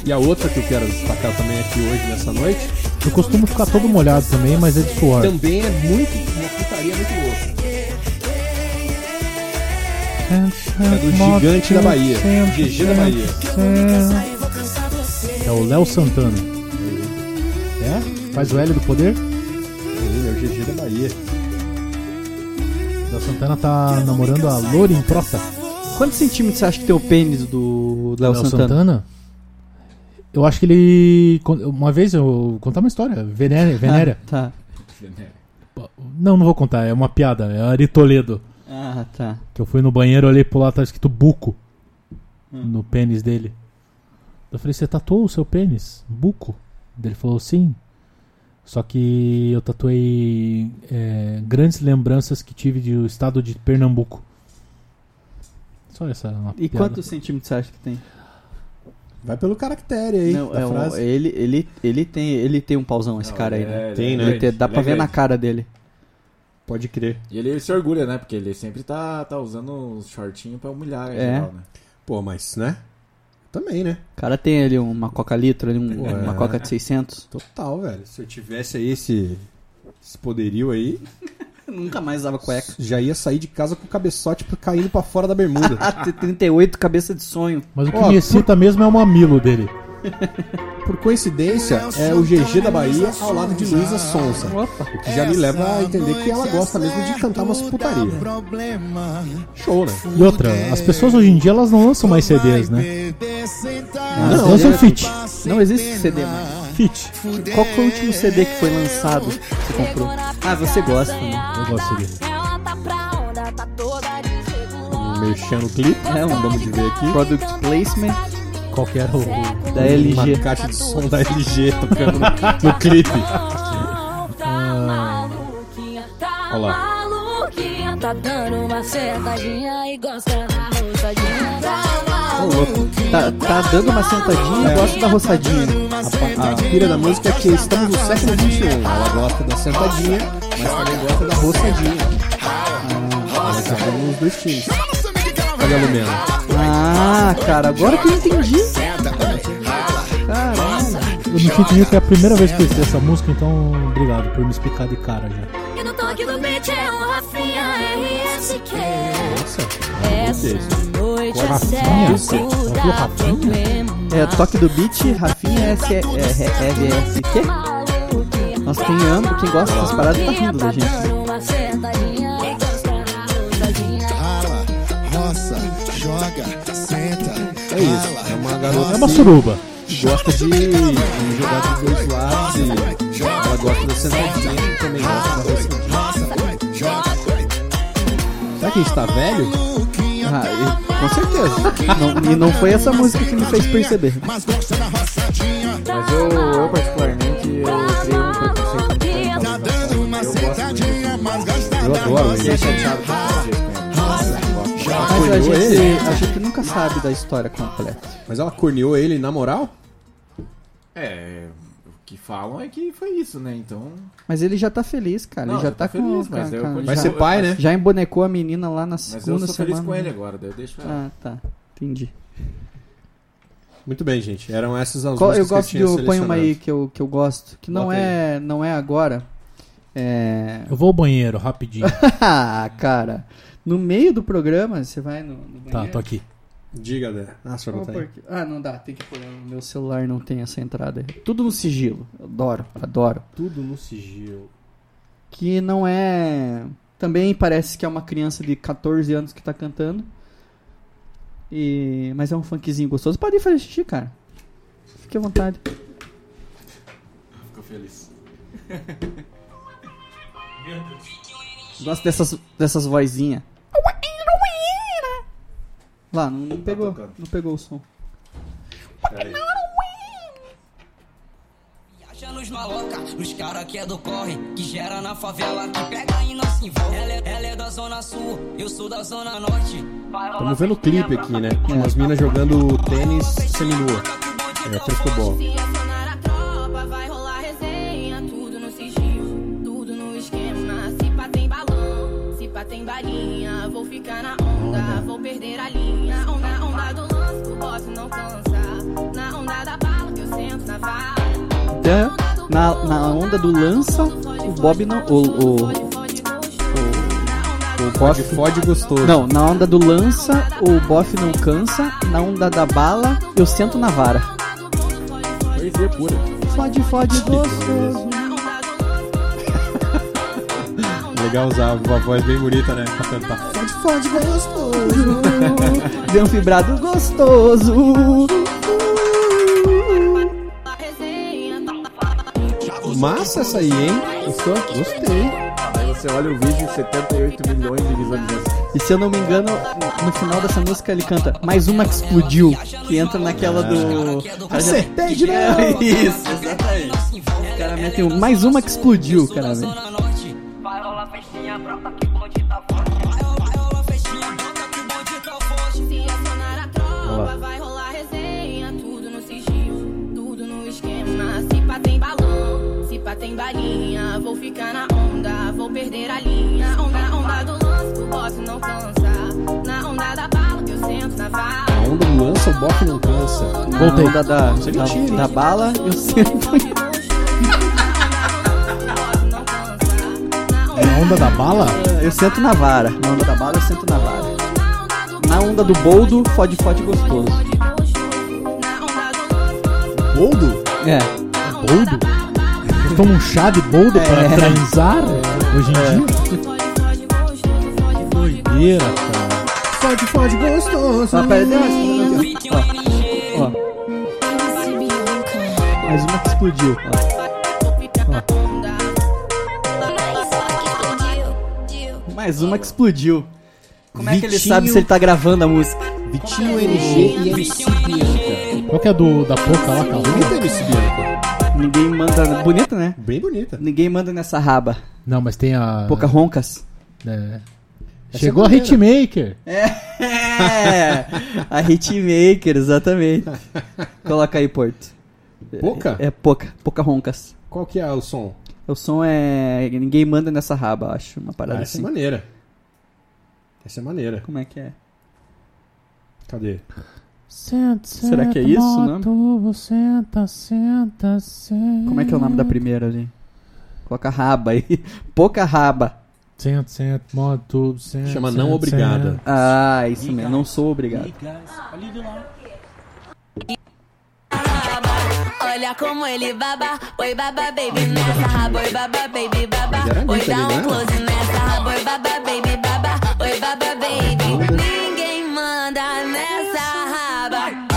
E a outra que eu quero destacar também aqui hoje, nessa noite,
Eu costumo ficar todo molhado também, mas é de suor.
também é muito uma putaria muito louca.
É
do gigante da Bahia, GG da
né?
Bahia.
É o Léo Santana. É? Faz o L do poder?
Ele é o GG da Bahia.
Léo Santana tá namorando a Lorin Prota.
Quantos centímetros você acha que tem o pênis do Léo Santana? Ah,
Eu acho que ele. Uma vez eu contar uma história. Venéria. Venéria.
Ah, tá.
Não, não vou contar, é uma piada. É Ari Toledo.
Ah, tá.
Que eu fui no banheiro, olhei pro lado, tá escrito buco
Hum.
no pênis dele. Eu falei, você tatuou o seu pênis? Buco? Ele falou, sim. Só que eu tatuei é, grandes lembranças que tive do estado de Pernambuco. Só essa é uma
E
piada.
quantos centímetros você acha que tem?
Vai pelo caractere aí
Não,
da
é um-
frase.
ele, ele, ele, tem, ele tem um pauzão, esse
Não,
cara aí,
ele é-
né?
ele
Tem,
é
né?
Ele
grande,
tem- dá
ele
pra
é
ver na
grande.
cara dele.
Pode crer.
E ele se orgulha, né? Porque ele sempre tá, tá usando uns shortinhos pra humilhar em
É.
geral, né?
Pô, mas, né? Também, né?
O cara tem ali uma coca-litro, ali um-
Ué.
uma coca de 600.
Total, velho. Se eu tivesse aí esse, esse poderio aí,
Nunca mais usava cueca.
já ia sair de casa com o cabeçote pra- caindo pra fora da bermuda.
Ah, tem 38, cabeça de sonho.
Mas o que
Ó,
me excita mesmo é o mamilo dele.
Por coincidência, é o GG da Bahia ao lado de Luísa Sonza. é O que já me leva a entender que ela gosta mesmo de cantar umas putaria. Show, né?
E outra, as pessoas hoje em dia elas não lançam mais CDs, né? Elas
não, é, tipo,
lançam
já-
fit.
Não existe CD mais.
Fit.
Qual foi o último CD que foi lançado que você comprou? Ah, você gosta, né?
Eu gosto dele.
Ela tá pra onda, tá toda desregulada
Mexendo o clipe.
É um
Vamos ver aqui.
Product placement
Qual que era o.
da
Uma
LG.
caixa de som da LG tocando no, no clipe.
Tá maluquinha, tá
Olha lá.
maluquinha Tá dando uma sentadinha e gosta da roçadinha
Ô, louco.
Tá, tá dando uma sentadinha e gosta da roçadinha.
A, a pira da música é que estamos no século XXI. Ela gosta da sentadinha, mas também gosta da roçadinha.
Ah,
Passaram nos dois times. Olha a Lumena. É
Ah, cara, agora que eu entendi. Caramba.
Eu não tinha entendido que é a primeira vez que eu escutei essa música, então obrigado por me explicar de cara já.
E no toque do beat é um Rafinha RSQ.
Nossa.
é
Essa noite é
Rafinha?
século
Falou
da
Rafinha?
problema.
É, toque do beat, Rafinha S é, é, é, RSQ. Nossa, quem ama, quem gosta dessas paradas tá rindo da gente.
Rala, roça, joga, senta.
É isso. É uma garota
É uma suruba.
que gosta de, de jogar dos dois lados. E ela gosta da sentadinha e também gosta da roçadinha. Será que a gente tá velho?
Ah, e- com certeza. Não- e não foi essa música que me fez perceber.
Mas eu, eu particularmente, eu criei um preconceito muito grande com a música pop.
Eu adoro
Eu gosto muito. Fiquei
ele.
é chateado com esse disco, né? Eu gosto.
Mas a
Apoiou ele?
gente, a gente nunca sabe da história completa.
Mas ela corneou ele na moral?
É, o que falam é que foi isso, né? Então.
Mas ele já tá feliz, cara.
Não,
ele já
eu tô
tá com.
feliz,
com-
mas eu
com-
continuo-
Vai
já,
ser pai, né?
já embonecou a menina lá na
Mas eu
segunda
sou feliz
semana. né?
com ele agora, daí eu deixo ela.
Ah, tá. Entendi.
Muito bem, gente. Eram essas as
Qual- eu
músicas
gosto
que
de.
eu tinha
Eu ponho uma aí
selecionado.
que eu, que eu gosto. Que não
Bota
é, não é agora. É.
Eu vou ao banheiro, rapidinho.
Ah, cara. No meio do programa, você vai no, no
Tá,
banheiro.
tô aqui.
Diga, Dé. Ah, só
Vou
botar
pôr
aí.
aqui. Ah, não dá, tem que pôr. O meu celular não tem essa entrada. aí. Tudo no sigilo. Adoro, adoro.
Tudo no sigilo.
Que não é. Também parece que é uma criança de 14 anos que tá cantando. E... Mas é um funkzinho gostoso. Pode ir fazer xixi, cara. Fique à vontade.
Fico feliz.
Gosto dessas, dessas vozinhas. Lá, não,
Tá
não pegou.
tocando.
Não pegou o som.
Peraí.
Acha nos maloca, nos cara que é do corre, que gera na favela, que pega e não se envolve. Ela é, ela é da zona sul, eu sou da zona norte. Vai rolar
Estamos vendo o clipe aqui, né?
É.
Com as minas jogando tênis seminua. É, frescobol.
Se acionar a tropa, vai rolar resenha. Tudo no sigilo, tudo no esquema. Se pá tem balão, se pá tem balinha. Vou ficar na onda, vou perder a linha. Onda, onda do lance, que o boss não cansa. Na onda da bala que eu sento na vala.
Então, na, na onda do lança, o Bob não. O, o,
O Fode Fode gostoso.
Não, na onda do lança, o bofe não cansa. Na onda da bala, eu sento na vara.
Poesia pura.
Fode, fode, gostoso.
Legal usar uma voz bem bonita, né? Pra cantar.
Fode, fode, gostoso. Deu um fibrado gostoso.
Massa essa aí, hein? Gostou? Gostei.
Aí você olha o vídeo, 78 milhões de visualizações.
E se eu não me engano, no final dessa música ele canta Mais uma que explodiu. Que entra naquela do.
Acertei de novo.
É Isso, exatamente. O cara mete um Mais uma que explodiu, cara. velho.
zona norte. Vai rolar festinha, brota que o bonde tá forte. Vai rolar- Vai rolar festinha, brota que o bonde tá forte.
Se acionar a tropa, vai rolar resenha. Tudo no sigilo, tudo no esquema. Se pá tem balão, se pá tem balinha. Vou ficar na onda, vou perder a linha. Onda, onda do lance, que o boss não cansa. Na onda da bala que eu sento na vala.
A onda do lança, o bofe não cansa.
Voltei.
Da, da,
Isso é mentira, hein?
da, da bala, eu sento.
Na É onda da bala?
Eu sento na vara. Na onda da bala, eu sento na vara. Na onda do boldo, fode, fode gostoso.
Boldo?
É.
Boldo? Eles tomam um chá de boldo pra
É.
transar hoje em dia? Que doideira, cara.
Fode Fode É. gostoso.
Só perdeu Ó. Ó. Mais uma que explodiu. Ó. Mais uma que explodiu. Como é que ele
Vitinho-
sabe se ele tá gravando a música?
Vitinho NG e MC Bianca.
Qual que é do da boca lá, cara?
Bonita a MC Bianca.
Ninguém manda. Bonita, né?
Bem bonita.
Ninguém manda nessa raba.
Não, mas tem a.
Pouca roncas.
É.
Essa
Chegou
é
a
maneira.
Hitmaker.
É! A hitmaker, exatamente. Coloca aí, Porto.
Pouca?
É pouca. Pouca roncas.
Qual que é o som?
O som é. Ninguém manda nessa raba, acho. Uma
Ah,
parada
essa é
assim.
maneira. Essa é maneira.
Como é que é?
Cadê?
Senta, senta,
Será que é isso o nome?
moto, Senta, senta, senta.
Como é que é o nome da primeira ali? Coloca raba aí. Pouca raba.
Senta, senta, moto, senta.
é
Chama
senta,
Não Obrigada.
Ah, isso mesmo. Não sou obrigado.
Olha como ele baba, oi baba baby nessa raba, oi baba baby baba,
Mas era Anitta ali,
oi dá um
não era?
close nessa raba, oi baba baby baba, oi baba baby, ninguém manda nessa raba.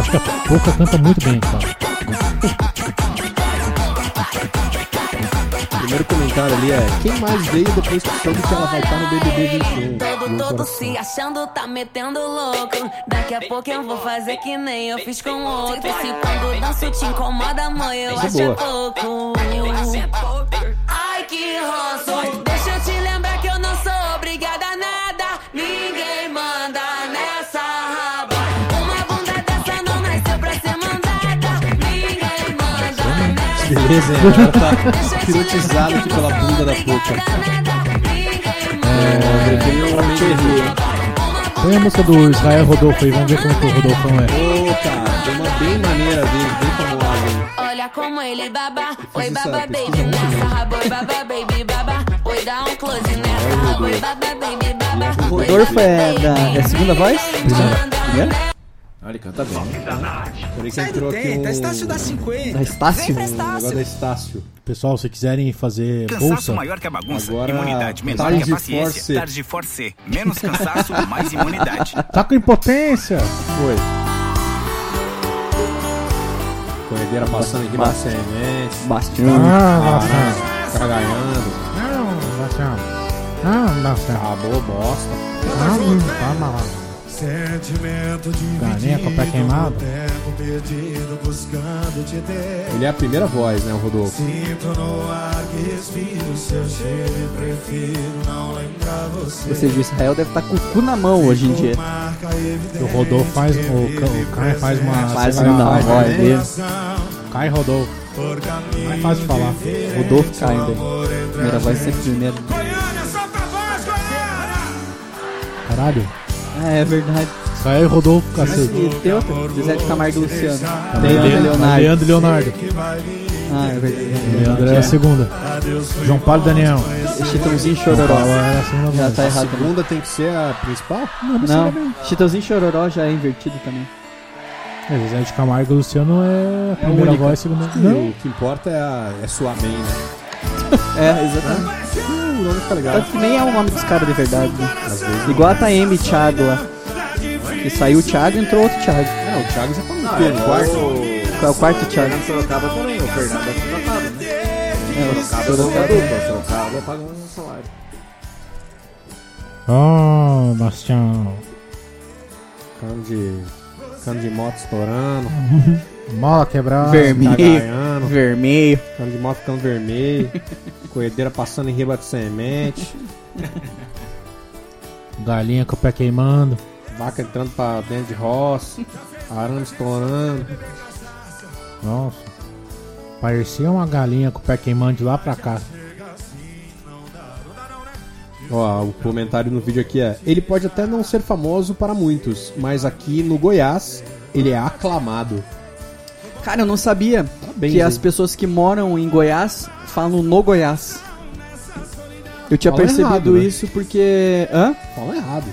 Acho que a Pouca canta muito bem, cara.
O primeiro comentário ali é: quem mais veio depois que soube que ela vai estar no BBB 21? E
Todo,
um
todo
coração.
se achando, tá metendo louco. Daqui a pouco eu vou fazer que nem eu fiz com outro. Se quando danço te incomoda, mãe, eu
Essa é
acho
boa.
é pouco.
é
Ai, que ranço. Deixa eu te lembrar que eu não sou obrigada a nada. Ninguém manda nessa raba. Uma bunda dessa não nasceu pra ser mandada. Ninguém manda nessa
Beleza, hein? Ela tá
Pirotizado
pirotizada aqui pela bunda da boca.
Põe a música do Israel Rodolfo aí, vamos ver como é que o Rodolfão é.
Ô, cara, tem uma bem maneira dele, bem famosa. hein?
Olha como ele baba, oi
essa pesquisa
baba baby
muito
nessa
bem.
raba, oi baba baby baba, oi dá um close nessa raba, oi baba baby baba. oi,
Rodolfo é
baby,
da, é a segunda voz? Primeira?
Né?
Ah, ele canta bem.
Por aí que entrou aqui
é
um,
Da Estácio?
um negócio da Estácio.
Pessoal, se quiserem fazer
Cansaço
bolsa,
maior que a bagunça,
Agora,
imunidade menor
tarde
que a paciência,
force.
tarde de force, menos cansaço, mais imunidade.
tá com impotência.
Foi. Corredeira passando aqui na CMS.
Bastião.
tá Caganhando.
Ah,
Tá
nossa.
Acabou, bosta.
tá
Sentimento de
Caneco, pé queimado.
Tempo perdido buscando te ter.
Ele é a primeira voz, né, o Rodolfo?
Sinto no ar que respiro seu cheiro e prefiro não lembrar você.
Ou seja, o Israel deve estar com o cu na mão hoje em dia.
Marca
O Rodolfo faz, o, Ca- o Caio faz uma...
Faz
sei lá,
uma
faz-
voz dele.
Caio Rodolfo.
por
Não é
caminho.
fácil de falar.
Rodolfo caindo aí. Primeira voz sempre primeiro.
Goiânia, solta a voz, Goiânia!
Caralho.
Ah, é verdade.
Israel Rodolfo, cacete.
E tem outra? José de Camargo e Luciano. Tem
Leandro
outra, Leonardo.
Leandro e Leonardo.
Ah, é verdade.
Leandro era a segunda. João Paulo e Daniel.
Chitãozinho e
João
Chororó.
Paulo era a segunda
Já tá
música.
errado também.
Segunda tem que ser a principal?
Não, Chitãozinho e Chororó já é invertido também.
É, José de Camargo e Luciano é a primeira
única.
voz, segunda.
Não. O que importa é, a, é sua main, né? Tá
É, exatamente.
O nome fica legal.
Tanto que nem é o nome dos caras de verdade. Né? Igual a Taeme e Thiago lá. Que saiu o Thiago e entrou outro Thiago.
É, o Thiago já tá no pelo. Quarto.
Qual é o quarto Thiago?
Fernando Sorocaba também, o Fernando é contratado, né?
É, o
Sorocaba é
Sorocaba.
dupla, Sorocaba paga um salário.
Oh, Bastião.
Cano de, cano de moto estourando.
Mola
Ah,
quebrada.
tá
Vermelho.
Cagaiano.
Vermelho.
Cano de moto ficando vermelho. Corredeira passando em riba de semente.
Galinha com o pé queimando.
Vaca entrando pra dentro de roça. Arame estourando.
Nossa. Parecia uma galinha com o pé queimando de lá pra cá.
Ó, o comentário no vídeo aqui é: Ele pode até não ser famoso para muitos, mas aqui no Goiás ele é aclamado.
Cara, eu não sabia
Tá bem,
que
Zé.
as pessoas que moram em Goiás falam no Goiás. Eu tinha
Falam
percebido
errado, né?
isso porque. Hã?
Fala errado.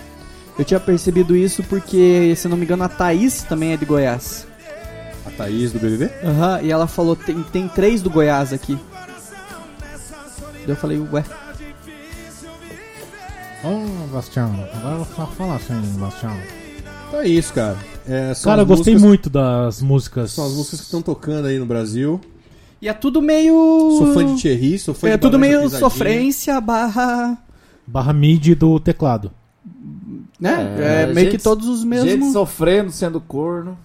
Eu tinha percebido isso porque, se não me engano, a Thaís também é de Goiás.
A Thaís do BBB?
Aham, e ela falou: tem, tem três do Goiás aqui. Daí Eu falei, ué,
Ô, Bastião. Agora eu vou só falar assim, Bastião.
Então é isso, cara. É, são
Cara, eu
as
gostei
músicas-
muito das músicas.
São as músicas que estão tocando aí no Brasil.
E é tudo meio.
Sou fã de Thierry, sou fã
É
de
tudo
Banana
meio
Pisadinha.
sofrência barra.
Barra mid do teclado.
Né? É,
É,
meio
gente-
que todos os
Gente
mesmos.
sofrendo, sendo corno.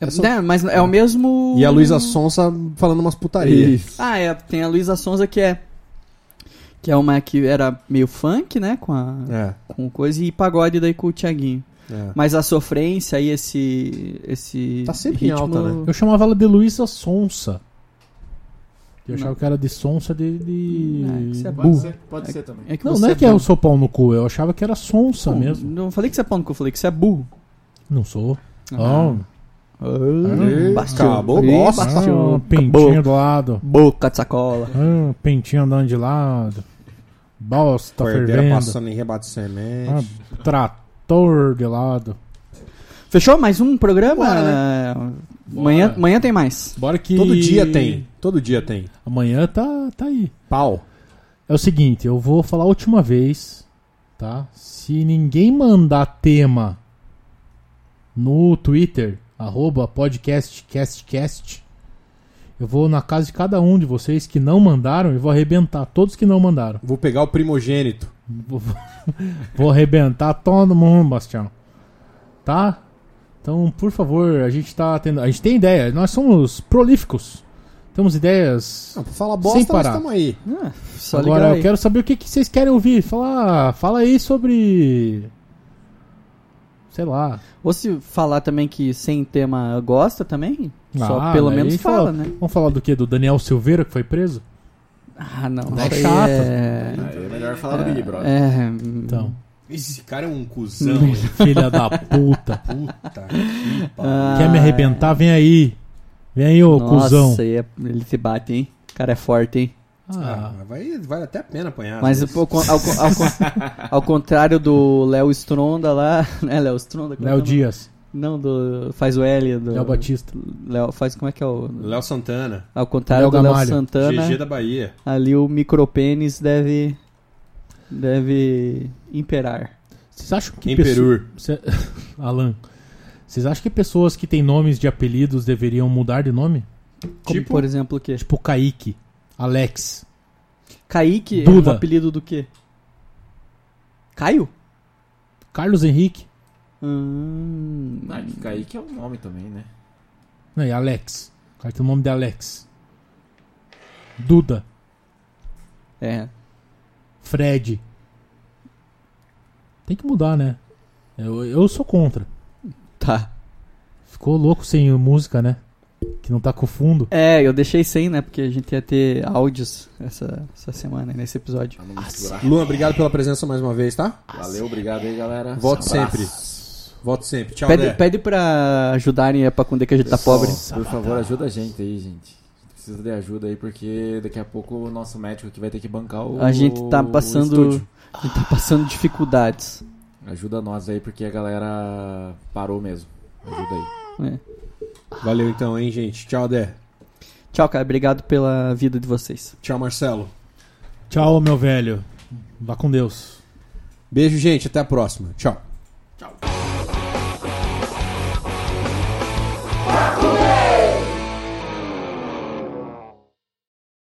É, né? Mas é o mesmo.
E a Luísa Sonsa falando umas putarias.
Ah, é. Tem a Luísa Sonza que é. Que é uma que era meio funk, né? Com a.
É,
Com coisa e pagode daí com o Thiaguinho.
é.
Mas a sofrência e esse. esse
Tá sempre em alta, né?
Eu chamava ela de Luísa Sonsa. Eu achava que era de sonsa de. de...
É, que você é
bu.
burro.
pode
É-
ser também.
é que
Não,
você
não é que
burro.
eu sou pau no cu, eu achava que era sonsa
Não,
mesmo.
Não falei que você é pau no cu, eu falei que você é burro.
Não sou. Ah,
Ih,
Bastou.
acabou,
Ih,
bosta.
bastou.
ah,
Acabou.
pentinho do lado.
Boca de sacola.
Ah, pentinho andando de lado. Bosta
Cordeira
Tá fervendo.
passando em rebate de semente.
Ah, trator de lado.
Fechou? Mais um programa? É,
Bora, né?
Amanhã,
Bora.
amanhã tem mais.
Bora que.
Todo dia tem. Todo dia tem.
Amanhã tá, tá aí.
Pau.
É o seguinte, eu vou falar a última vez, tá? Se ninguém mandar tema no Twitter, arroba podcastcastcast, eu vou na casa de cada um de vocês que não mandaram e vou arrebentar todos que não mandaram.
Vou pegar o primogênito.
Vou, vou arrebentar todo mundo, Bastião. Tá? Então, por favor, a gente tá tendo. A gente tem ideia, nós somos prolíficos. Temos ideias.
Não, pra falar
Sem
bosta, nós
parar.
estamos aí.
Ah, só ligar
Agora
aí.
eu quero saber o que, que vocês querem ouvir. Fala, fala aí sobre. Sei lá.
Ou se falar também que sem tema gosta também, só
Ah,
pelo
daí
menos fala, né?
Vamos falar do que? Do Daniel Silveira que foi preso?
Ah, não.
Não é
isso aí
chato.
É...
Aí é melhor falar do Big Brother.
é,
Então.
Esse cara é um cuzão.
Hum.
hein?
Filha da puta.
Puta que pariu.
ah,
Quer me arrebentar? Vem aí. Vem aí, ô cuzão.
Nossa, aí é- ele se bate, hein? O cara é forte, hein?
Ah,
Ah,
mas vai, vai até a pena apanhar. né?
Mas
às vezes.
ao, con- ao con- ao con- ao contrário do Léo Stronda lá, né, Léo Stronda? Como é
Léo
que é o nome?
Dias.
Não, do faz o L do
Léo Batista.
Léo faz como é que é o
Léo Santana,
ao contrário
Léo
do Léo
Gamalho.
Santana,
GG da Bahia.
ali o micropênis deve deve imperar.
Vocês acham que
Em
pessoa-
Peru.
Cê- Alan, vocês acham que pessoas que têm nomes de apelidos deveriam mudar de nome?
Como
Tipo?
por exemplo o quê?
Tipo Kaique, Alex.
Kaique
Duda.
é um apelido do quê? Caio?
Carlos Henrique.
Hum,
Ah, que Kaique é um nome também, né?
Não, e Alex. O cara tem o nome de Alex. Duda.
é.
Fred. Tem que mudar, né? Eu, eu sou contra.
Tá.
Ficou louco sem música, né? Que não tá com fundo.
É, eu deixei sem, né? Porque a gente ia ter áudios essa, essa semana, nesse episódio.
Pra Ah, não misturar.
Luan, obrigado pela presença mais uma vez, tá?
Ah,
Valeu, obrigado aí, galera.
Voto
Abraço.
sempre. Voto sempre. Tchau,
Pede,
Dé.
pede pra ajudarem a Pacundê que a gente tá
Pessoal,
pobre.
Por favor, ajuda a gente aí, gente. A gente Precisa de ajuda aí, porque daqui a pouco o nosso médico aqui vai ter que bancar o.
A gente tá
o
passando.
estúdio.
A gente tá passando dificuldades.
Ajuda nós aí, porque a galera parou mesmo. Ajuda aí.
né?
Valeu então, hein, gente. Tchau, Dé.
Tchau, cara. Obrigado pela vida de vocês.
Tchau, Marcelo.
Tchau, meu velho. Vá com Deus.
Beijo, gente. Até a próxima. Tchau.
Tchau.